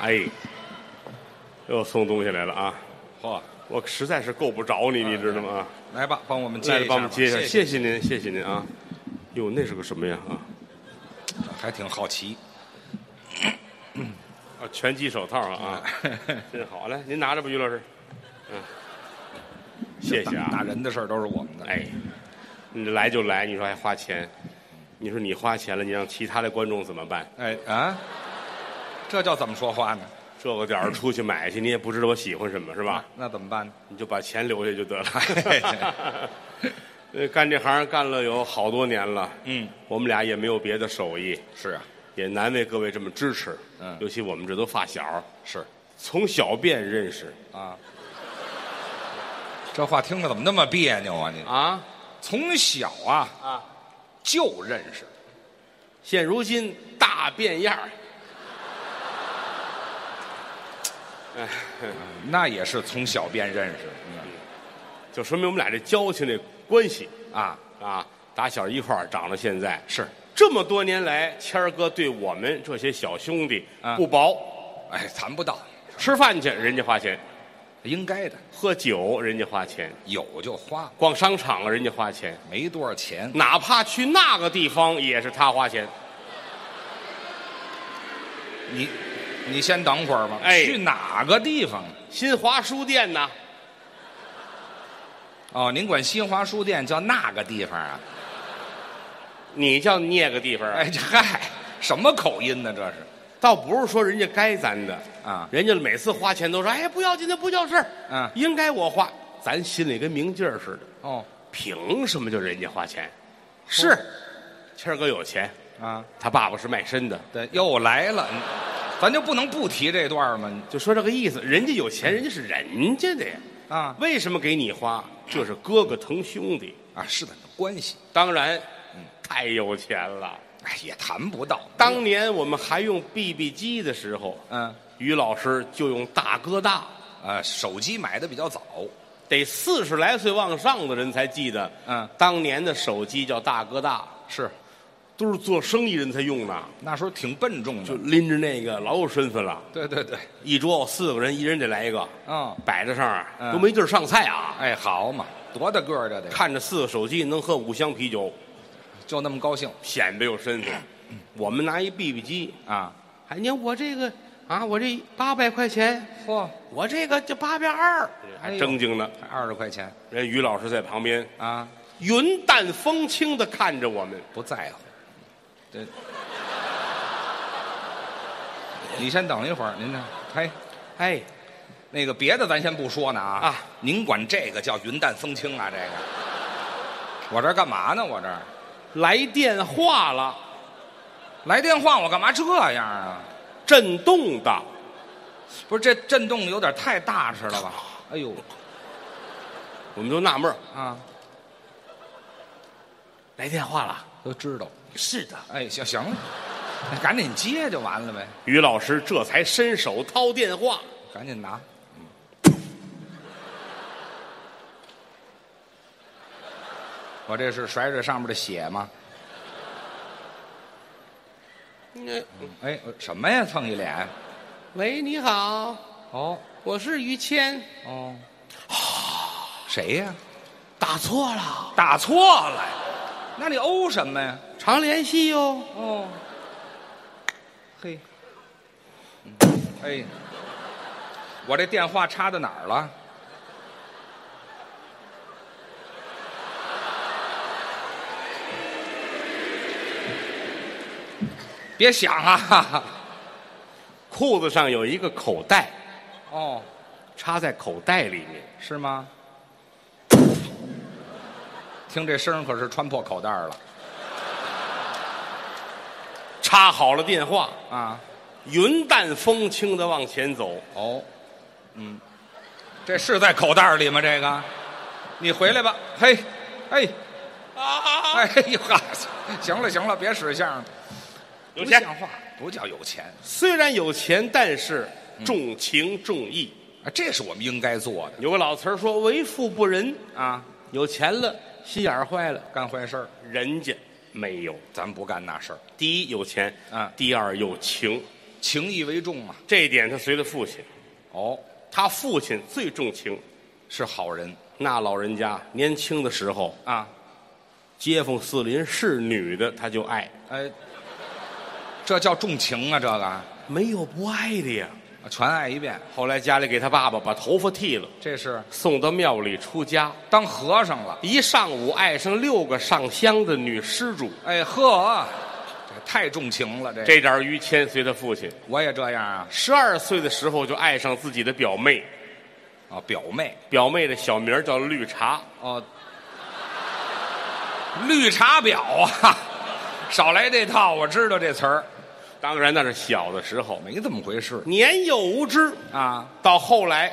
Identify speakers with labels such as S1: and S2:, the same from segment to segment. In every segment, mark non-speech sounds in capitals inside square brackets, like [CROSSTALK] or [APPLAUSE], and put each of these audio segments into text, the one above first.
S1: 哎，又送东西来了啊！
S2: 嚯，
S1: 我实在是够不着你，你知道吗？
S2: 来吧，帮我们接
S1: 来
S2: 一下吧，
S1: 帮我们接一下，啊谢
S2: 谢
S1: 谢您，谢谢您啊！哟，那是个什么呀？啊
S2: 还挺好奇，
S1: 啊，拳击手套啊！啊，真好，来您拿着吧，于老师。嗯，谢谢
S2: 打
S1: 啊！
S2: 人的事儿都是我们的。
S1: 哎，你来就来，你说还花钱？你说你花钱了，你让其他的观众怎么办？
S2: 哎啊，这叫怎么说话呢？
S1: 这个点儿出去买去，你也不知道我喜欢什么，是吧？
S2: 那怎么办呢？
S1: 你就把钱留下就得
S2: [LAUGHS]
S1: 了。呃，干这行干了有好多年了，
S2: 嗯，
S1: 我们俩也没有别的手艺，
S2: 是啊，
S1: 也难为各位这么支持。
S2: 嗯
S1: 尤其我们这都发小，
S2: 是
S1: 从小便认识
S2: 啊。这话听着怎么那么别扭啊？你
S1: 啊
S2: 从小啊
S1: 啊！
S2: 就认识，
S1: 现如今大变样儿
S2: 那也是从小便认识。嗯
S1: 就说明我们俩这交情这关系
S2: 啊，
S1: 啊，打小一块儿长到现在。
S2: 是，
S1: 这么多年来，谦儿哥对我们这些小兄弟
S2: 啊
S1: 不薄，
S2: 哎，谈不到，
S1: 吃饭去人家花钱，
S2: 应该的，
S1: 喝酒人家花钱，
S2: 有就花，
S1: 逛商场人家花钱，
S2: 没多少钱。
S1: 哪怕去那个地方也是他花钱。
S2: 你，你先等会儿吧。
S1: 哎
S2: 去哪个地方？
S1: 新华书店呐，
S2: 哦，您管新华书店叫那个地方啊？
S1: 你叫那个地方，
S2: 哎，这嗨，什么口音呢？这是
S1: 倒不是说人家该咱的
S2: 啊
S1: 人家每次花钱都说，哎，不要紧的，不叫事儿，
S2: 嗯
S1: 应该我花，咱心里跟明镜儿似的，
S2: 哦
S1: 凭什么就人家花钱？是，谦儿哥有钱，
S2: 啊，
S1: 他爸爸是卖身的，
S2: 对，又来了，嗯咱就不能不提这段吗？
S1: 就说这个意思，人家有钱，人家是人家的呀，
S2: 嗯啊
S1: 为什么给你花？这是哥哥疼兄弟，
S2: 啊，是的，关系，
S1: 当然，
S2: 嗯
S1: 太有钱了。
S2: 哎，也谈不到。
S1: 当年我们还用 BB 机的时候，
S2: 嗯
S1: 于老师就用大哥大，
S2: 啊，手机买的比较早，
S1: 得四十来岁往上的人才记得。
S2: 嗯，
S1: 当年的手机叫大哥大，
S2: 是
S1: 都是做生意人才用的，
S2: 那时候挺笨重
S1: 就
S2: 的。
S1: 拎着那个老有身份了。
S2: 对对对，
S1: 一桌四个人，一人得来一个，
S2: 嗯，
S1: 摆在上啊
S2: 嗯
S1: 都没地儿上菜啊。
S2: 哎，好嘛，多大个儿啊这得，
S1: 看着四个手机能喝五箱啤酒，
S2: 就那么高兴
S1: 显得有身份。我们拿一 BB 机，
S2: 啊？
S1: 哎，你看我这个啊，我这八百块钱，
S2: 嚯，
S1: 我这个就八百二，
S2: 哎
S1: 还
S2: 呦
S1: 正经呢。
S2: 还二十块钱
S1: 人于老师在旁边
S2: 啊，
S1: 云淡风轻的看着我们，
S2: 不在乎。这，你先等一会儿，您呢？嘿。
S1: 哎，
S2: 那个别的咱先不说呢啊，
S1: 啊
S2: 您管这个叫云淡风轻啊？这个，我这儿干嘛呢？我这儿
S1: 来电话了，
S2: 来电话，我干嘛这样啊？
S1: 震动的，
S2: 不是这震动有点太大声了吧？哎呦
S1: 我们都纳闷儿
S2: 啊，
S1: 来电话了。
S2: 都知道。
S1: 是的，
S2: 哎，行行了，那赶紧接就完了呗，
S1: 于老师这才伸手掏电话，
S2: 赶紧拿。嗯我这是甩甩上面的血吗？
S1: 嗯
S2: 哎，什么呀？蹭一脸？
S1: 喂，你好，
S2: 哦
S1: 我是于谦，
S2: 哦，谁呀、
S1: 打错了，
S2: 打错了呀，那你欧什么呀？
S1: 常联系哟。
S2: 哦，嘿，哎，我这电话插到哪儿了？别想啊！
S1: 裤子上有一个口袋，
S2: 哦，
S1: 插在口袋里面。
S2: 是吗？听这声儿可是穿破口袋儿了
S1: 插好了电话，
S2: 啊！
S1: 云淡风轻的往前走。
S2: 哦，嗯，这是在口袋里吗？这个，你回来吧。嘿，哎，
S1: 啊，
S2: 哎 [LAUGHS] 呦哈，行了行了，别使相了，
S1: 有
S2: 不
S1: 钱
S2: 像话，不叫有钱
S1: 虽然有钱，但是重情重义。
S2: 啊，这是我们应该做的
S1: 有个老词儿说“为富不仁
S2: 啊，”，
S1: 有钱了心眼儿坏了，
S2: 干坏事儿
S1: 人家没有。
S2: 咱不干那事儿，
S1: 第一有钱，
S2: 嗯啊
S1: 第二有情，
S2: 情义为重啊。
S1: 这一点他随了父亲，
S2: 哦，
S1: 他父亲最重情。
S2: 是好人
S1: 那老人家年轻的时候，
S2: 啊。
S1: 街坊四邻是女的他就爱，
S2: 哎，这叫重情啊，这个啊
S1: 没有不爱的呀。
S2: 全爱一遍。
S1: 后来家里给他爸爸把头发剃了，
S2: 这是
S1: 送到庙里出家，
S2: 当和尚了。
S1: 一上午爱上六个上香的女施主。
S2: 哎呵，这太重情了，这
S1: 这点儿于谦随他父亲，
S2: 我也这样啊。
S1: 十二岁的时候就爱上自己的表妹，
S2: 啊，表妹
S1: 表妹的小名叫绿茶，
S2: 哦，绿茶婊啊，少来这套，我知道这词儿，
S1: 当然那是小的时候，
S2: 没怎么回事
S1: 年幼无知。
S2: 啊
S1: 到后来，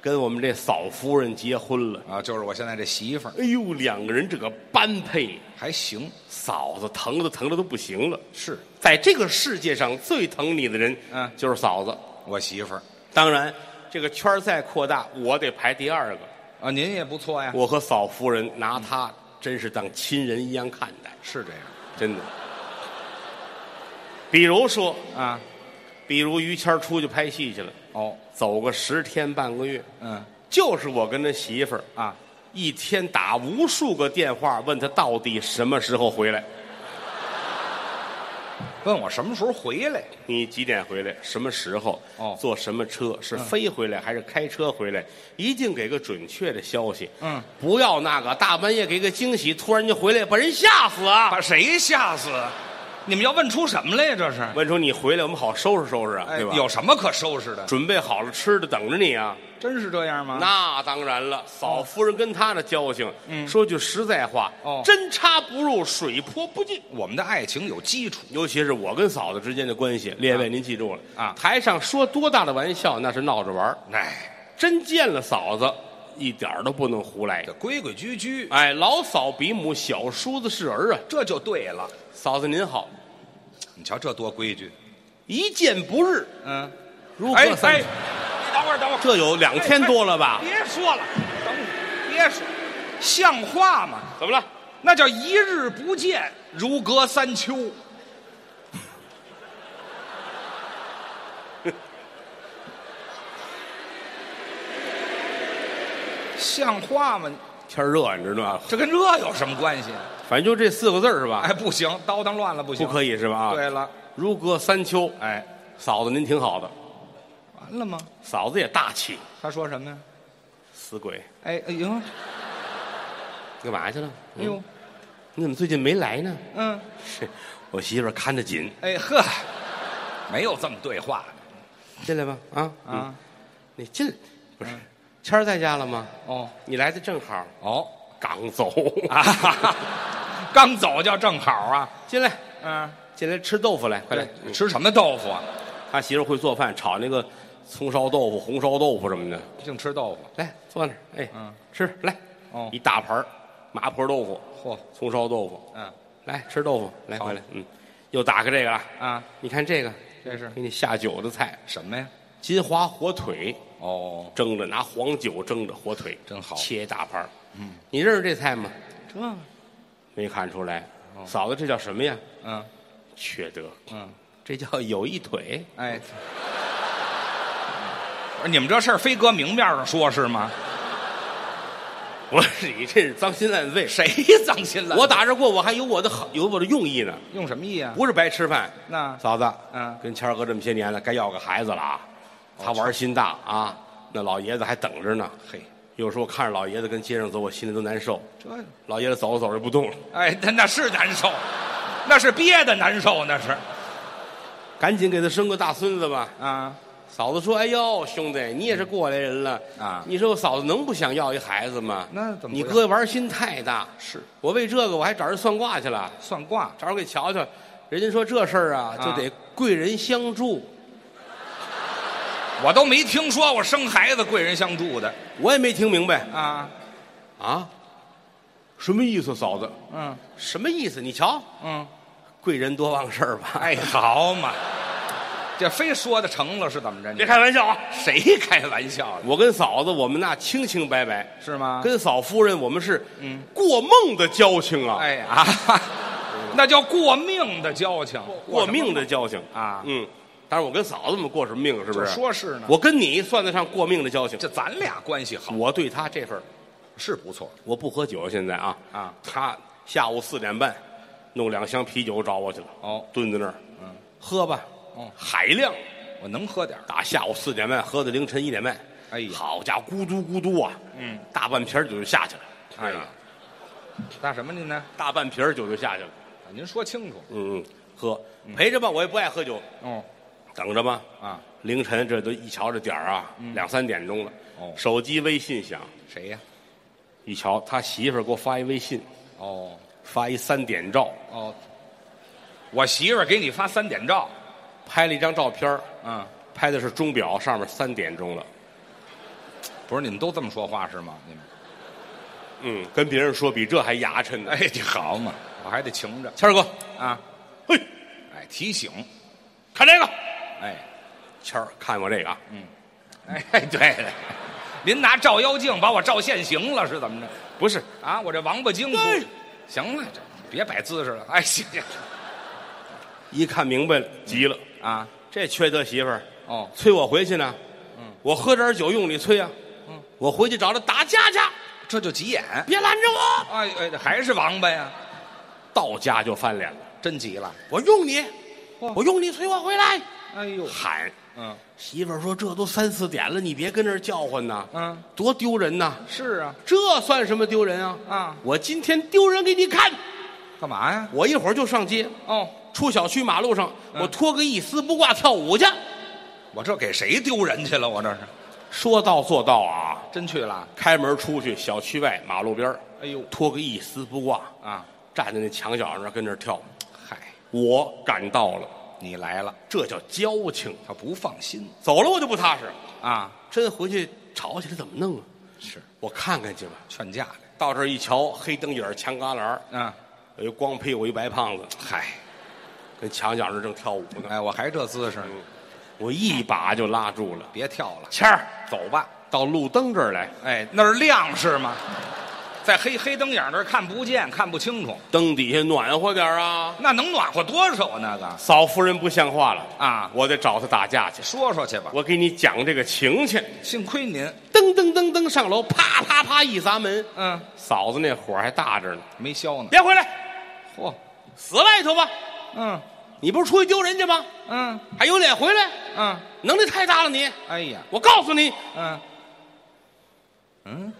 S1: 跟我们这嫂夫人结婚了。
S2: 啊，就是我现在这媳妇儿
S1: 哎呦，两个人这个般配，
S2: 还行，
S1: 嫂子疼的疼的都不行了。
S2: 是
S1: 在这个世界上最疼你的人，
S2: 嗯
S1: 就是嫂子。
S2: 我媳妇儿
S1: 当然，这个圈儿再扩大，我得排第二个。
S2: 啊，您也不错呀，
S1: 我和嫂夫人拿她真是当亲人一样看待，
S2: 是这样
S1: 真的。比如说，
S2: 啊，
S1: 比如于谦儿出去拍戏去了，
S2: 哦，
S1: 走个十天半个月，
S2: 嗯
S1: 就是我跟他媳妇儿
S2: 啊，
S1: 一天打无数个电话，问他到底什么时候回来，
S2: 问我什么时候回来
S1: 你几点回来，什么时候，
S2: 哦嗯
S1: 坐什么车，是飞回来还是开车回来，一定给个准确的消息。
S2: 嗯，
S1: 不要那个大半夜给个惊喜，突然就回来，把人吓死啊！
S2: 把谁吓死？啊你们要问出什么来呀？这是，
S1: 问出你回来，我们好收拾收拾啊，
S2: 哎，
S1: 对吧？
S2: 有什么可收拾的？
S1: 准备好了吃的等着你啊。
S2: 真是这样吗？
S1: 那当然了，嫂夫人跟他的交情，说句实在话，
S2: 嗯哦
S1: 针插不入，水泼不进。
S2: 我们的爱情有基础，
S1: 尤其是我跟嫂子之间的关系，列位您记住了
S2: 啊
S1: 台上说多大的玩笑，那是闹着玩儿
S2: 哎，
S1: 真见了嫂子，一点儿都不能胡来
S2: 这。规规矩矩，
S1: 哎，老嫂比母，小叔子是儿啊。
S2: 这就对了。
S1: 嫂子您好，
S2: 你瞧这多规矩，
S1: 一见不日，
S2: 嗯，
S1: 如
S2: 哎
S1: 隔三
S2: 哎，
S1: 秋。
S2: 你等会儿，等会儿，
S1: 这有两天多了吧？
S2: 别说了，等会儿，别说，像话吗？
S1: 怎么了？
S2: 那叫一日不见，如隔三秋。像话吗？
S1: 天儿热，你知道吗？
S2: 这跟这有什么关系？
S1: 反正就这四个字儿是吧？
S2: 哎，不行，叨叨乱了不行，
S1: 不可以是吧？啊，
S2: 对了，
S1: 如隔三秋。
S2: 哎，
S1: 嫂子您挺好的，
S2: 完了吗？
S1: 嫂子也大气，
S2: 他说什么呀？
S1: 死鬼，
S2: 哎哎呦，
S1: 干嘛去了？嗯
S2: 哎呦，
S1: 你怎么最近没来呢？
S2: 嗯，
S1: 是我媳妇儿看得紧，
S2: 哎呵，没有这么对话
S1: 进来吧。啊嗯
S2: 的啊。
S1: 你进来不是？谦儿在家了吗？
S2: 哦
S1: 你来的正好，
S2: 哦 [LAUGHS]
S1: 刚走
S2: 啊，哈哈刚走就正好啊。
S1: [LAUGHS] 进来，
S2: 嗯，
S1: 进来吃豆腐来，快来。
S2: 这吃什么豆腐啊？
S1: 嗯他媳妇儿会做饭，炒那个葱烧豆腐、红烧豆腐什么的。
S2: 净吃豆腐。
S1: 来，坐那儿，哎，
S2: 嗯
S1: 吃来，嗯
S2: 哦
S1: 一大盘儿麻婆豆腐、
S2: 嚯，
S1: 葱烧豆腐，
S2: 嗯
S1: 来吃豆腐，来
S2: 好
S1: 回来，嗯，又打开这个啊，
S2: 啊，
S1: 你看这个，
S2: 这是
S1: 给你下酒的菜，
S2: 什么呀？
S1: 金华火腿
S2: 哦，
S1: 蒸的，拿黄酒蒸的火腿，
S2: 真好
S1: 切一大盘嗯，你认识这菜吗？
S2: 这，
S1: 没看出来，
S2: 哦
S1: 嫂子，这叫什么呀？
S2: 嗯
S1: 缺德，
S2: 嗯，
S1: 这叫有一腿。
S2: 哎，不是嗯你们这事儿非搁明面上说是吗？
S1: 我是你这是脏心烂肺。
S2: 哦谁哎脏心了？
S1: 我打这过，我还有我的好，有我的用意呢，
S2: 用什么意啊？
S1: 不是白吃饭。
S2: 那
S1: 嫂子，
S2: 嗯哦
S1: 跟谦儿哥这么些年了，该要个孩子了啊。他玩心大啊，那老爷子还等着呢。
S2: 嘿，
S1: 有时候看着老爷子跟街上走，我心里都难受。
S2: 这
S1: 老爷子走着走着不动了，
S2: 哎，那那是难受，那是憋的难受，那是
S1: 赶紧给他生个大孙子吧。
S2: 啊。
S1: 嫂子说：“哎呦，兄弟，你也是过来人了
S2: 啊
S1: 你说我嫂子能不想要一孩子吗？
S2: 那怎么不
S1: 你
S2: 要
S1: 哥玩心太大。
S2: 是
S1: 我为这个我还找人算卦去了。
S2: 算卦
S1: 找人给瞧瞧。人家说这事儿啊，就
S2: 啊
S1: 得贵人相助。
S2: 我都没听说我生孩子贵人相助的
S1: 我也没听明白
S2: 啊。
S1: 啊，什么意思，嫂子？
S2: 嗯
S1: 什么意思？你瞧，
S2: 嗯，
S1: 贵人多忘事儿吧？
S2: 哎，好嘛，这非说的成了是怎么着？
S1: [LAUGHS] 别开玩笑啊！
S2: 谁开玩笑了？
S1: 我跟嫂子，我们那清清白白，
S2: 是吗？
S1: 跟嫂夫人我们是过梦的交情啊，
S2: 哎
S1: [LAUGHS]
S2: 啊，那叫过命的交情，
S1: 过命的交情
S2: 啊
S1: 嗯，当然，我跟嫂子们过什么命，是不？
S2: 就是说是呢
S1: 我跟你算得上过命的交情。
S2: 这咱俩关系好
S1: 我对她这份儿
S2: 是不错
S1: 我不喝酒，现在啊
S2: 啊
S1: 她下午四点半弄两箱啤酒找我去了，
S2: 哦
S1: 蹲在那儿，嗯，喝吧，
S2: 哦
S1: 海量，
S2: 我能喝点儿
S1: 打下午四点半喝到凌晨一点半，
S2: 哎呀
S1: 好家伙，咕嘟咕嘟啊，
S2: 嗯，
S1: 大半瓶儿酒就下去了，
S2: 哎呀，那什么您呢？啊
S1: 大半瓶儿酒就下去了，
S2: 您说清楚
S1: 嗯嗯，喝陪着吧，我也不爱喝酒，
S2: 哦
S1: 等着吧，
S2: 啊，
S1: 凌晨这都一瞧这点儿啊，两三点钟了，
S2: 哦
S1: 手机微信响，
S2: 谁呀？
S1: 一瞧他媳妇儿给我发一微信，
S2: 哦
S1: 发一三点照，
S2: 哦，我媳妇儿给你发三点照，
S1: 拍了一张照片儿
S2: 嗯，
S1: 拍的是钟表，上面三点钟了。
S2: 不是你们都这么说话是吗？你们
S1: 嗯，跟别人说比这还牙碜呢。
S2: 哎，这好嘛，我还得情着
S1: 谦儿哥，
S2: 啊，
S1: 嘿，
S2: 哎，提醒，
S1: 看这个。
S2: 哎
S1: 谦儿看我这个啊，
S2: [LAUGHS] 哎哎，对了，您拿照妖镜把我照现形了是怎么着？
S1: 不是，
S2: 啊，我这王八精不
S1: 哎
S2: 行了，这别摆姿势了，哎，行行
S1: 一看明白了，急了，
S2: 啊，
S1: 这缺德媳妇儿
S2: 哦，
S1: 催我回去呢。我喝点酒用你催啊。
S2: 嗯
S1: 我回去找他打架去，
S2: 这就急眼，
S1: 别拦着我。
S2: 哎哎，还是王八呀，
S1: 到家就翻脸了，
S2: 真急了，
S1: 我用你，
S2: 哇
S1: 我用你催我回来。
S2: 哎呦，
S1: 喊
S2: 嗯
S1: 媳妇儿说：“这都三四点了，你别跟这儿叫唤呐，
S2: 嗯，
S1: 多丢人呐！
S2: 是啊，
S1: 这算什么丢人啊？
S2: 啊
S1: 我今天丢人给你看，
S2: 干嘛呀？
S1: 我一会儿就上街，
S2: 哦，
S1: 出小区马路上，
S2: 嗯
S1: 我脱个一丝不挂跳舞去。
S2: 我这给谁丢人去了？我这是
S1: 说到做到啊！
S2: 真去了，
S1: 开门出去，小区外马路边儿
S2: 哎呦
S1: 脱个一丝不挂，
S2: 啊，
S1: 站在那墙角上跟那儿跳。
S2: 嗨，
S1: 我赶到了，
S2: 你来了，
S1: 这叫交情。
S2: 他不放心
S1: 走了我就不踏实，
S2: 啊，
S1: 真回去吵起来怎么弄啊？
S2: 是
S1: 我看看去吧。
S2: 劝架来，
S1: 到这儿一瞧，黑灯影儿墙旮旯儿
S2: 啊，
S1: 有一光屁股一白胖子，
S2: 嗨，
S1: 跟墙角上正跳舞呢。
S2: 哎，我还这姿势，
S1: 我一把就拉住了
S2: 别跳了，
S1: 谦儿，
S2: 走吧，
S1: 到路灯这儿来，
S2: 哎，那儿亮是吗？在黑黑灯影那儿看不见，看不清楚。
S1: 灯底下暖和点儿啊。
S2: 那能暖和多少啊那个？
S1: 嫂夫人不像话了
S2: 啊
S1: 我得找她打架去。
S2: 说说去吧。
S1: 我给你讲这个情去。
S2: 幸亏您，
S1: 噔噔噔噔上楼，啪啪啪一砸门，
S2: 嗯，
S1: 嫂子那火还大着呢。
S2: 没消呢。
S1: 别回来，
S2: 嚯，
S1: 死外头吧！
S2: 嗯
S1: 你不是出去丢人去吗？
S2: 嗯
S1: 还有脸回来？
S2: 嗯，
S1: 能力太大了你！
S2: 哎呀，
S1: 我告诉你，
S2: 嗯嗯，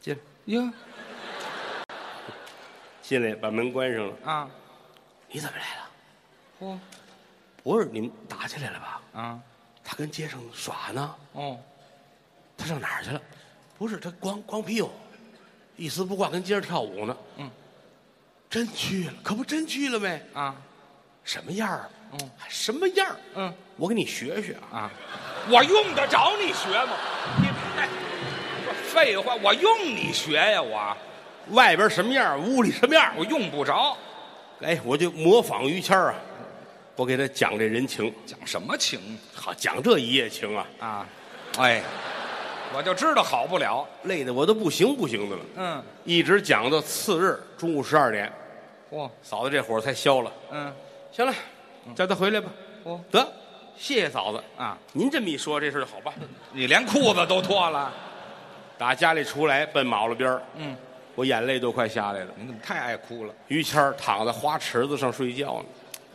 S1: 进
S2: 呀
S1: 进来，把门关上了。
S2: 啊，
S1: 你怎么来了？
S2: 嚯
S1: 不是你们打起来了吧？
S2: 啊
S1: 他跟街上耍呢，
S2: 哦，
S1: 他上哪儿去了？不是他光光屁股，一丝不挂跟街上跳舞呢。
S2: 嗯，
S1: 真去了，可不真去了没？
S2: 啊
S1: 什么样儿？啊
S2: 嗯，
S1: 什么样儿？
S2: 嗯
S1: 我给你学学啊。
S2: 啊，我用得着你学吗？你哎不废话，我用你学呀，我
S1: 外边什么样儿，屋里什么样儿，
S2: 我用不着。
S1: 哎，我就模仿于谦儿啊，我给他讲这人情，
S2: 讲什么情
S1: 好讲这一夜情啊，
S2: 啊？哎，我就知道好不了。
S1: 累得我都不行不行的了，
S2: 嗯，
S1: 一直讲到次日中午十二点，
S2: 嚯，
S1: 嫂子这火才消了。
S2: 嗯
S1: 行了，叫他回来吧。
S2: 嚯
S1: 得，哦谢谢嫂子。
S2: 啊，
S1: 您这么一说，这事儿好办。
S2: 你连裤子都脱了，
S1: 打家里出来，奔马路边儿
S2: 嗯，
S1: 我眼泪都快下来了。
S2: 你怎么太爱哭了？
S1: 于谦儿躺在花池子上睡觉呢，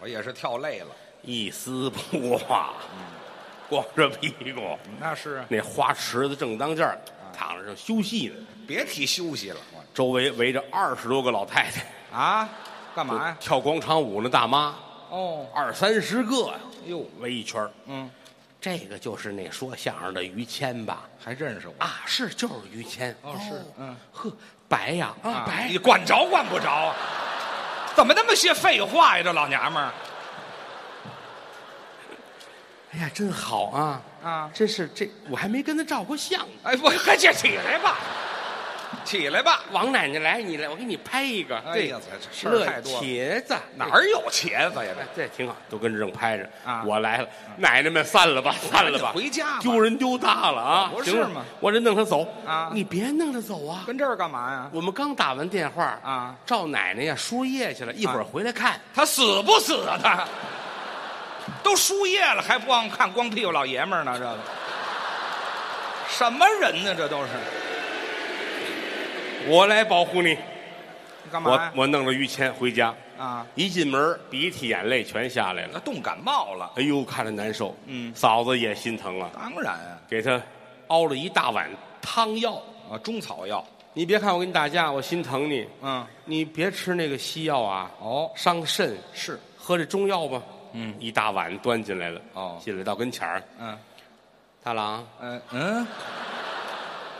S2: 我也是跳累了。
S1: 一丝不挂， [LAUGHS] 光着屁股。
S2: 那是啊，
S1: 那花池子正当间儿躺着正休息呢。
S2: 别提休息了
S1: 周围围着二十多个老太太，
S2: 啊！干嘛呀？
S1: 跳广场舞那大妈
S2: 哦，
S1: 二三十个呀，
S2: 哟，
S1: 围一圈儿
S2: 嗯，
S1: 这个就是那说相声的于谦吧？
S2: 还认识我？
S1: 啊，是就是于谦。
S2: 哦是嗯，
S1: 呵，白呀啊白
S2: 你，管着管不着啊？怎么那么些废话呀？这老娘们儿
S1: 哎呀，真好啊！
S2: 啊！
S1: 真是这，我还没跟他照过相呢。
S2: 哎，我还这起来吧，起来吧。
S1: 王奶奶来，你来，我给你拍一个。
S2: 哎
S1: 对
S2: 呀，这这事
S1: 乐
S2: 儿太多了，
S1: 茄子
S2: 哪？儿有茄子呀？
S1: 哎这挺好，都跟着正拍着。
S2: 啊
S1: 我来了，奶奶们散了吧，散
S2: 这
S1: 了吧，
S2: 回家吧
S1: 丢人丢大了啊！
S2: 不是
S1: 行了
S2: 吗？
S1: 我得弄他走
S2: 啊
S1: 你别弄他走啊！
S2: 跟这儿干嘛呀？
S1: 我们刚打完电话
S2: 啊，
S1: 赵奶奶呀输液去了，一会儿回来看。
S2: 他死不死啊？他都输液了，还不忘看光屁股老爷们儿呢？这个什么人呢？这都是
S1: 我来保护你，
S2: 你干嘛
S1: 我
S2: 呀？
S1: 我弄着于谦回家，
S2: 啊，
S1: 一进门鼻涕眼泪全下来了
S2: 那，冻感冒了，
S1: 哎呦，看着难受。
S2: 嗯
S1: 嫂子也心疼啊，
S2: 当然啊
S1: 给他熬了一大碗汤药。
S2: 啊，中草药，
S1: 你别看我跟你打架，我心疼你，
S2: 嗯，
S1: 你别吃那个西药啊，
S2: 哦，
S1: 伤肾。
S2: 是，
S1: 喝这中药吧。
S2: 嗯，
S1: 一大碗端进来了。
S2: 哦
S1: 进来到跟前儿，
S2: 嗯，
S1: 大郎，
S2: 嗯嗯，
S1: 啊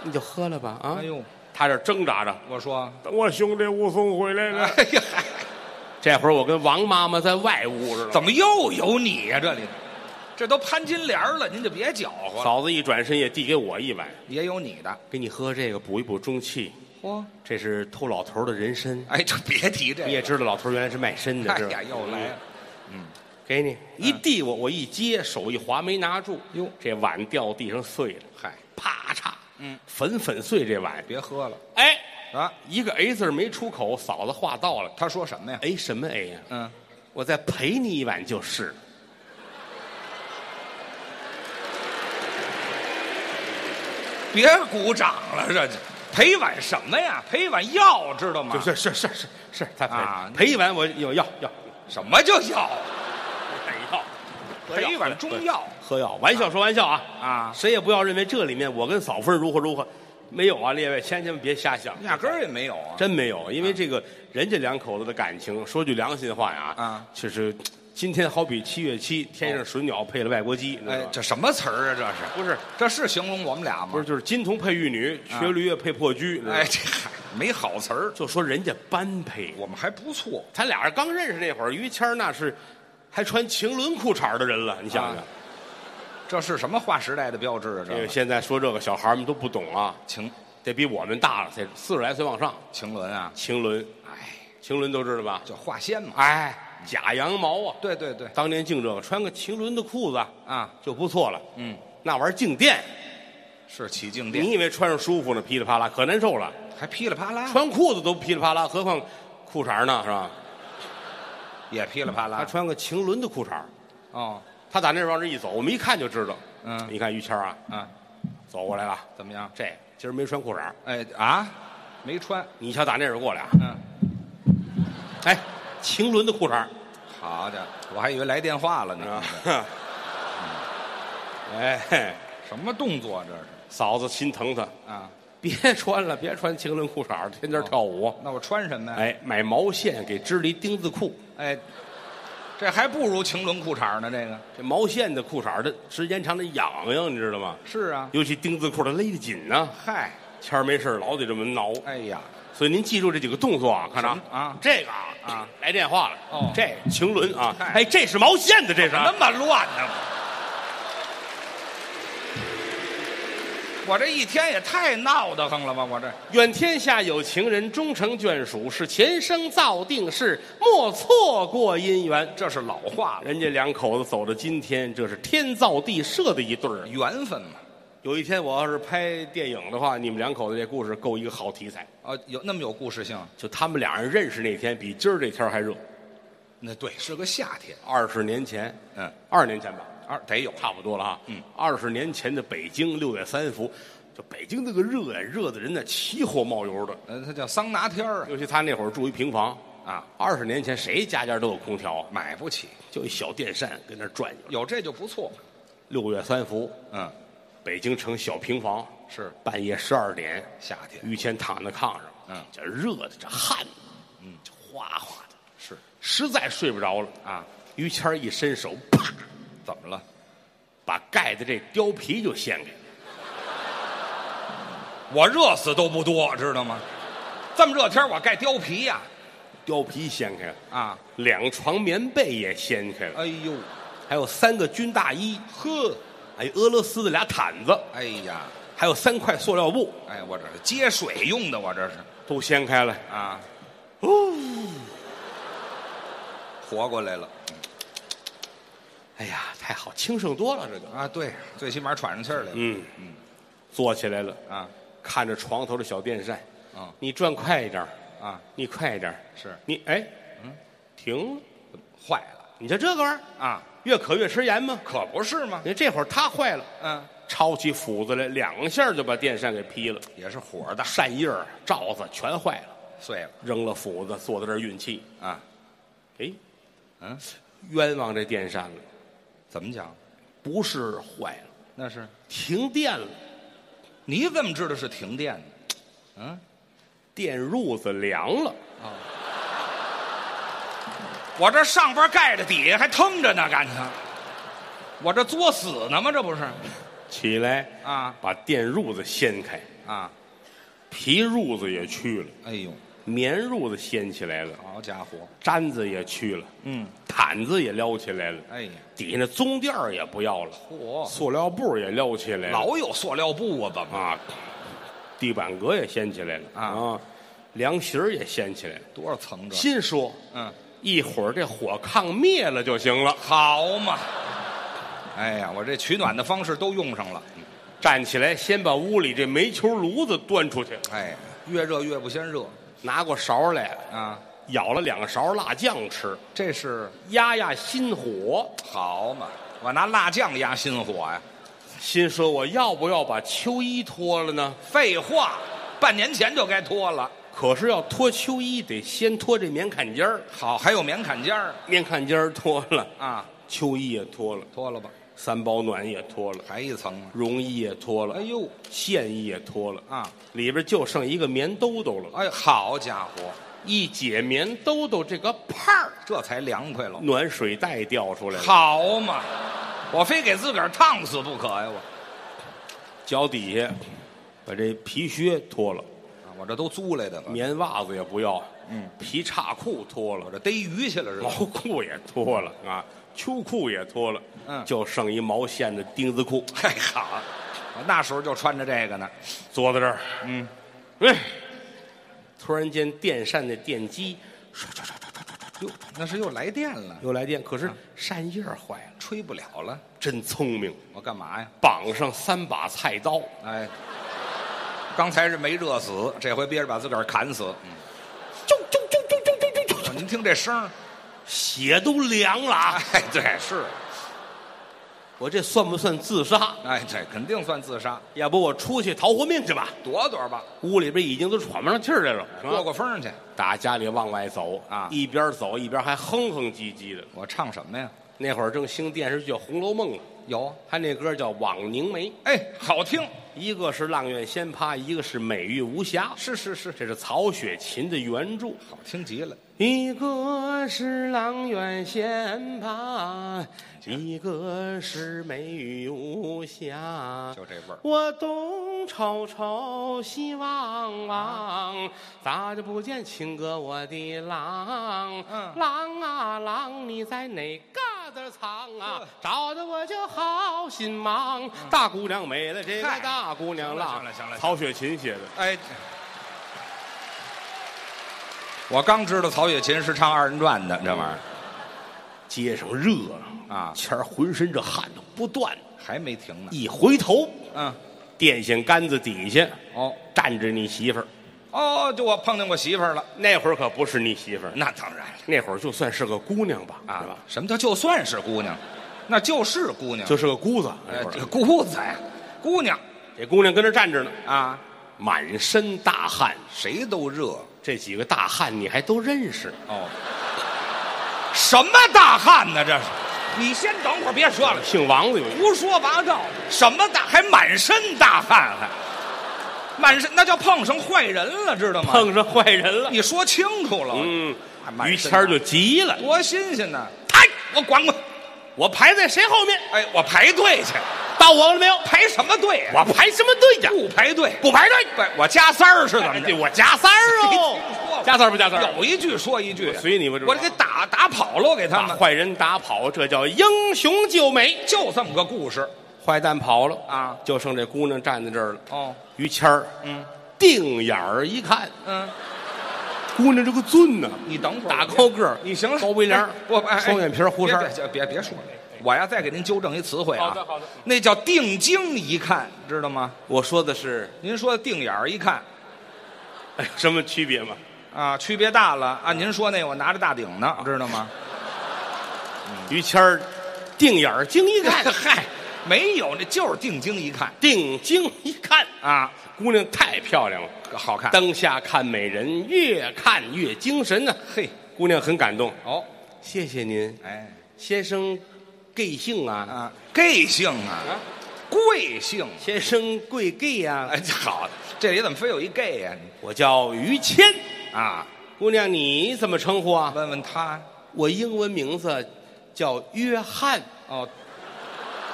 S1: 你就喝了吧啊！
S2: 哎呦，
S1: 他这挣扎着，
S2: 我说， [LAUGHS]
S1: 等我兄弟武松回来
S2: 哎
S1: 了。
S2: 呀，
S1: [LAUGHS] 这会儿我跟王妈妈在外屋似的。
S2: 怎么又有你呀、这里，这都潘金莲了，您就别搅和了，
S1: 嫂子一转身也递给我一碗，
S2: 也有你的。
S1: 给你喝这个补一补中气。
S2: 嚯，
S1: 这是偷老头的人参，
S2: 哎，这别提这
S1: 你也
S2: 个，
S1: 知道老头原来是卖参的。
S2: 哎
S1: 是吧嗯
S2: 呀，又来了，嗯
S1: 给你一递我，我一接手一滑没拿住，
S2: 哟
S1: 这碗掉地上碎了，
S2: 嗨，
S1: 啪嚓，
S2: 嗯，
S1: 粉粉碎这碗。
S2: 别喝了
S1: 哎，
S2: 啊。
S1: 一个 A 字没出口，嫂子话到了。
S2: 他说什么呀？
S1: 哎，什么 A 呀、
S2: 嗯，
S1: 我再陪你一晚就是。
S2: 别鼓掌了，这这赔碗什么呀？赔碗药知道吗？
S1: 是是是是是，他陪、
S2: 啊
S1: 陪一晚我有药药，
S2: 什么叫药？
S1: 买药，喝药
S2: 赔碗中哎药
S1: 喝药。玩笑说玩笑啊，
S2: 啊，
S1: 谁也不要认为这里面我跟嫂夫人如何如何，没有啊，列位千千万别瞎想，
S2: 压根儿也没有啊。
S1: 真没有，因为这个人家两口子的感情，说句良心话呀，
S2: 啊，
S1: 确实，今天好比七月七，天上水鸟配了外国鸡，你知道
S2: 哎
S1: 吧，
S2: 这什么词儿啊？这是
S1: 不是
S2: 这是形容我们俩吗？
S1: 不是，就是金童配玉女，瘸驴也配破驹，你知道吧
S2: 啊哎，这嗨没好词儿，
S1: 就说人家般配，
S2: 我们还不错。
S1: 咱俩人刚认识那会儿，于谦儿那是还穿晴纶裤衩儿的人了，你想想
S2: 啊，这是什么划时代的标志啊？
S1: 因
S2: 这
S1: 为
S2: 个
S1: 现在说这个小孩儿们都不懂啊，
S2: 晴
S1: 得比我们大了，才四十来岁往上。
S2: 晴纶啊，
S1: 晴纶，
S2: 哎，
S1: 晴纶都知道吧？
S2: 叫化纤嘛。
S1: 哎，假羊毛啊，
S2: 对对对，
S1: 当年净这个，穿个晴纶的裤子
S2: 啊，
S1: 就不错了。
S2: 嗯，
S1: 那玩意儿静电，
S2: 是起静电，嗯
S1: 你以为穿上舒服呢，噼里啪啦可难受了，
S2: 还噼里啪啦，
S1: 穿裤子都噼里啪啦，何况裤衩儿呢，是吧？
S2: 也噼里啪
S1: 他
S2: 啦。
S1: 穿个晴纶的裤衩儿，
S2: 哦，
S1: 他打那往这一走，我们一看就知道。
S2: 嗯
S1: 你看于谦儿啊，
S2: 啊，
S1: 走过来了。
S2: 怎么样？
S1: 这今儿没穿裤衩儿，
S2: 哎啊，没穿。
S1: 你瞧打那边过来啊，
S2: 嗯。
S1: 哎，晴纶的裤衩儿
S2: 好家伙，我还以为来电话了呢。
S1: 啊， [LAUGHS] 哎，嘿
S2: 什么动作这是？
S1: 嫂子心疼他，
S2: 啊，
S1: 别穿了，别穿晴纶裤衩儿天天跳舞。
S2: 那我穿什么呀？
S1: 哎，买毛线给织了一丁字裤，
S2: 哎，这还不如晴纶裤衩呢。这个
S1: 这毛线的裤衩儿它时间长得痒痒，你知道吗？
S2: 是啊。
S1: 尤其丁字裤它勒得紧呢、
S2: 嗨，
S1: 谦儿没事儿老得这么挠，
S2: 哎呀，
S1: 所以您记住这几个动作啊，看着
S2: 什么啊
S1: 这个啊
S2: 啊，
S1: 来电话了，
S2: 哦
S1: 这个晴纶啊，
S2: 嗨
S1: 哎，这是毛线的，这是啊
S2: 那么乱呢？我这一天也太闹得慌了吧！我这
S1: 愿天下有情人终成眷属，是前生造定事，莫错过姻缘。
S2: 这是老话了，
S1: 人家两口子走到今天，这是天造地设的一对儿。
S2: 缘分嘛。
S1: 有一天我要是拍电影的话，你们两口子这故事够一个好题材。
S2: 啊，有那么有故事性？
S1: 就他们俩人认识那天，比今儿这天儿还热。
S2: 那对，是个夏天。
S1: 二十年前，
S2: 嗯，
S1: 二十年前吧，
S2: 二得有
S1: 差不多了哈。嗯，二十年前的北京六月三伏，就北京那个热呀，热的人呢起火冒油的。
S2: 呃，它叫桑拿天儿
S1: 尤其他那会儿住一平房，
S2: 啊，
S1: 二十年前谁家家都有空调啊？
S2: 买不起，
S1: 就一小电扇跟那儿转悠。
S2: 有这就不错。
S1: 六月三伏，
S2: 嗯，
S1: 北京城小平房，
S2: 是
S1: 半夜十二点，
S2: 夏天
S1: 于谦躺在炕上，
S2: 嗯
S1: 这热的这汗，嗯，这哗哗的，
S2: 是
S1: 实在睡不着了。
S2: 啊，
S1: 于谦一伸手，啪，
S2: 怎么了？
S1: 把盖的这貂皮就掀开了。
S2: 我热死都不多，知道吗？这么热天儿我盖貂皮呀、
S1: 貂皮掀开了，
S2: 啊！
S1: 两床棉被也掀开了，
S2: 哎呦，
S1: 还有三个军大衣，呵，还有俄罗斯的俩毯子，
S2: 哎呀，
S1: 还有三块塑料布，
S2: 哎，我这是接水用的，我这是
S1: 都掀开了，
S2: 啊，哦，活过来了
S1: 哎呀，太好，清盛多了这个。
S2: 啊！对，最起码喘上气儿来了
S1: 嗯嗯，坐起来了，
S2: 啊
S1: 看着床头的小电扇，
S2: 啊
S1: 你转快一点儿，
S2: 啊！
S1: 你快一点儿，
S2: 是嗯
S1: 你哎，停了，
S2: 坏了
S1: 你就这个玩意儿，
S2: 啊，
S1: 越渴越吃盐吗？
S2: 可不是吗？
S1: 你看这会儿它坏了，
S2: 嗯，
S1: 抄起斧子来，两下就把电扇给劈了，
S2: 也是火的，
S1: 扇叶儿、罩子全坏了，
S2: 碎了
S1: 扔了斧子，坐在这儿运气，
S2: 啊！
S1: 哎，
S2: 嗯，
S1: 冤枉这电扇了，
S2: 怎么讲？
S1: 不是坏了，
S2: 那是
S1: 停电了，
S2: 你怎么知道是停电呢？嗯，
S1: 电褥子凉了，
S2: 我这上边盖着，底下还腾着呢，感情。我这作死呢吗？这不是
S1: 起来
S2: 啊
S1: 把电褥子掀开，
S2: 啊！
S1: 皮褥子也去了，
S2: 哎呦，
S1: 棉褥子掀起来了，
S2: 好家伙！
S1: 毡子也去了，
S2: 嗯，
S1: 毯子也撩起来了，
S2: 哎呀，
S1: 底下那棕垫儿也不要了，
S2: 嚯，
S1: 塑料布儿也撩起来了，
S2: 老有塑料布啊，怎么
S1: 啊，地板革也掀起来了
S2: 啊
S1: 凉席儿也掀起来了。
S2: 多少层这？
S1: 心说，
S2: 嗯，
S1: 一会儿这火炕灭了就行了。
S2: 好嘛！哎呀，我这取暖的方式都用上了。
S1: 站起来，先把屋里这煤球炉子端出去，
S2: 哎，越热越不先热
S1: 拿过勺来，
S2: 啊！
S1: 舀了两勺辣酱吃，
S2: 这是
S1: 压压心火。
S2: 好嘛！我拿辣酱压心火呀、
S1: 心说，我要不要把秋衣脱了呢？
S2: 废话，半年前就该脱了。
S1: 可是要脱秋衣，得先脱这棉坎肩儿。
S2: 好，还有棉坎肩儿
S1: 棉坎肩儿脱了，
S2: 啊，
S1: 秋衣也脱了，
S2: 脱了吧，
S1: 三保暖也脱了，
S2: 还一层啊。
S1: 绒衣也脱了
S2: 哎。呦，
S1: 线衣也脱了
S2: 啊，
S1: 里边就剩一个棉兜兜了。啊
S2: 哎，好家伙，
S1: 一解棉兜兜这个帕儿，
S2: 这才凉快了。
S1: 暖水袋掉出来了，
S2: 好嘛，我非给自个儿烫死不可呀！我
S1: 脚底下把这皮靴脱了，
S2: 啊我这都租来的，
S1: 棉袜子也不要，嗯，皮叉裤脱了
S2: 我，这逮鱼去了是
S1: 毛
S2: 吧？
S1: 裤也脱了啊，秋裤也脱了，
S2: 嗯
S1: 就剩一毛线的钉子裤，
S2: 嗨、好，我那时候就穿着这个呢。
S1: 坐在这儿，
S2: 嗯，
S1: 哎，突然间电扇的电机唰唰唰唰唰唰唰
S2: 那是又来电了，
S1: 又来电，可是扇叶儿坏了，
S2: 吹不了了。
S1: 啊真聪明。
S2: 我干嘛呀？
S1: 绑上三把菜刀，
S2: 哎，刚才是没热死，这回憋着把自个儿砍死。
S1: 啾啾啾啾啾啾啾啾，
S2: 您听这声儿，
S1: 血都凉了啊！
S2: 哎，对，是，
S1: 我这算不算自杀？
S2: 哎，对，肯定算自杀，
S1: 要不我出去逃活命去吧？
S2: 躲躲吧，
S1: 屋里边已经都喘不上气儿来了，
S2: 过
S1: 啊
S2: 过风去。
S1: 打家里往外走
S2: 啊
S1: 一边走一边还哼哼唧唧的。
S2: 我唱什么呀？
S1: 那会儿正兴电视剧《红楼梦》呢，
S2: 有啊，
S1: 他那歌叫《枉凝眉》，
S2: 哎，好听，
S1: 一个是阆苑仙葩，一个是美玉无瑕，
S2: 是是是，
S1: 这是曹雪芹的原著。
S2: 好听极了。
S1: 一个是阆苑仙葩，一个是美玉无瑕。
S2: 就这味儿
S1: 我东瞅瞅，西望望，咋就不见情哥我的郎？
S2: 嗯
S1: 郎啊郎，你在哪嘎达藏啊
S2: 呵？嗯
S1: 找的我就好心忙。大姑娘没了，这个
S2: 嗨
S1: 大姑娘
S2: 行了行了行了
S1: 曹雪芹写的。
S2: 哎，我刚知道曹雪芹是唱二人转的，这玩意儿
S1: 街上热闹
S2: 啊
S1: 前儿浑身这汗都不断。
S2: 还没停呢。
S1: 一回头，
S2: 嗯，
S1: 电线杆子底下
S2: 哦
S1: 站着你媳妇儿。
S2: 哦，就我碰见我媳妇儿了。
S1: 那会儿可不是你媳妇儿，
S2: 那当然了
S1: 那会儿就算是个姑娘吧，是吧？
S2: 啊什么叫就算是姑娘？那就是姑娘，
S1: 就是个姑子。啊那
S2: 哎
S1: 会
S2: 这
S1: 儿
S2: 姑子呀，姑娘
S1: 呃这姑娘跟那站着呢，
S2: 啊，
S1: 满身大汗。
S2: 谁都热
S1: 这几个大汉你还都认识？
S2: 哦。什么大汉呢？这是，你先等会儿，别说了，
S1: 姓王的有一
S2: 胡说八道，什么大还满身大汗，还满身那叫碰上坏人了，知道吗？
S1: 碰上坏人了。
S2: 你说清楚了，
S1: 嗯
S2: 还，满
S1: 于
S2: 身
S1: 谦儿就急了，
S2: 多新鲜呢！
S1: 哎，
S2: 我管管，
S1: 我排在谁后面？
S2: 哎，我排队去，
S1: 到我了没有？
S2: 排什么队啊？
S1: 我排什么队去？
S2: 不排队，
S1: 不排队，
S2: 不，我加三儿是怎么
S1: 哎
S2: 着？
S1: 我加三儿
S2: 没听说
S1: 哦
S2: 过，
S1: 加三儿不加三儿？
S2: 有一句说一句，啊
S1: 随你吧这
S2: 我这给打打跑喽，给他
S1: 把
S2: 们
S1: 坏人打跑，这叫英雄救美。
S2: 就这么个故事。
S1: 坏蛋跑了
S2: 啊
S1: 就剩这姑娘站在这儿了。
S2: 哦，
S1: 于谦儿
S2: 嗯
S1: 定眼儿一看，
S2: 嗯，
S1: 姑娘这个俊 [LAUGHS] 呐，
S2: 你等会儿，
S1: 大高个儿，
S2: 你行了，
S1: 高鼻梁
S2: 哎，我哎哎
S1: 双眼皮儿胡
S2: 别
S1: 衫儿
S2: 别别别别说了，我呀再给您纠正一词汇啊，
S1: 好的好的，
S2: 那叫定睛一看，知道吗？
S1: 我说的是，
S2: 您说的定眼儿一看
S1: 哎，什么区别吗？
S2: 啊，区别大了啊。您说那我拿着大顶呢，知道吗？
S1: 于谦儿定眼儿睛一看，
S2: 嗨，没有，那就是定睛一看
S1: 定睛一看，
S2: 啊，
S1: 姑娘太漂亮了。
S2: 好看。
S1: 当下看美人，越看越精神呐、
S2: 嘿，
S1: 姑娘很感动，
S2: 哦，
S1: 谢谢您，
S2: 哎
S1: 先生，贵姓啊？
S2: 啊，贵姓啊
S1: 啊，
S2: 贵姓。
S1: 先生贵贵呀、
S2: 哎，好，这里怎么非有一 gay 呀、
S1: 我叫于谦。
S2: 啊，
S1: 姑娘，你怎么称呼啊？
S2: 问问他。
S1: 我英文名字叫约翰。
S2: 哦，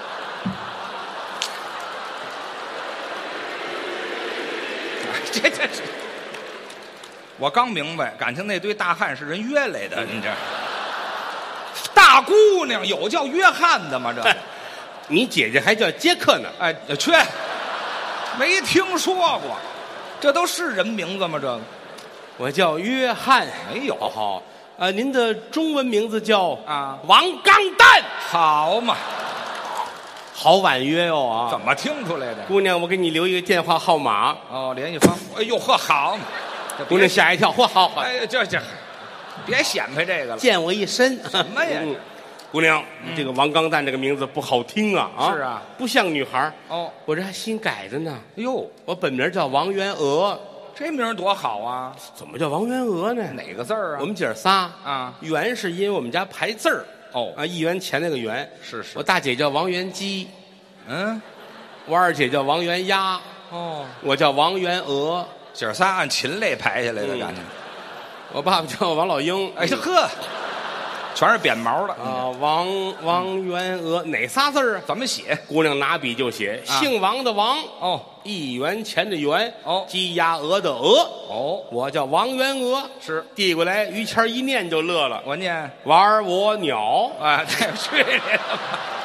S2: [LAUGHS] 哎这这是，我刚明白，感情那堆大汉是人约来的，你这大姑娘有叫约翰的吗？这，
S1: [LAUGHS] 你姐姐还叫杰克呢。
S2: 哎，去，没听说过，这都是人名字吗？这个
S1: 我叫约翰。
S2: 没有，
S1: 好，呃，您的中文名字叫
S2: 啊
S1: 王刚蛋。
S2: 好嘛，
S1: 好婉约哟啊！
S2: 怎么听出来的？
S1: 姑娘，我给你留一个电话号码。
S2: 哦，联系方，哎呦呵，好嘛，这别
S1: 姑娘吓一跳，嚯，好好，
S2: 哎，这这，别显摆这个了。
S1: 溅我一身。
S2: 什么呀
S1: 嗯姑娘，这个王刚蛋这个名字不好听啊啊！
S2: 是啊，
S1: 不像女孩儿
S2: 哦，
S1: 我这还新改的呢。
S2: 哎呦，
S1: 我本名叫王元娥，
S2: 这名儿多好啊！
S1: 怎么叫王元娥呢？
S2: 哪个字儿啊？
S1: 我们姐儿仨
S2: 啊，
S1: 元是因为我们家排字儿
S2: 哦
S1: 啊，一元钱那个元。
S2: 是是
S1: 我大姐叫王元姬，
S2: 嗯，
S1: 我二姐叫王元丫，
S2: 哦，
S1: 我叫王元娥，
S2: 姐儿仨按禽类排下来的
S1: 嗯
S2: 感觉。
S1: 我爸爸叫王老鹰。
S2: 哎呀呵，全是扁毛的，嗯
S1: 啊，王王元娥哪仨字儿啊？
S2: 怎么写？
S1: 姑娘拿笔就写，
S2: 啊
S1: 姓王的王，
S2: 哦
S1: 一元钱的元，
S2: 哦
S1: 鸡鸭鹅的鹅，
S2: 哦，
S1: 我叫王元娥，
S2: 是
S1: 递过来，于谦儿一念就乐了，
S2: 我念
S1: 玩我鸟，
S2: 啊，这去你的吧！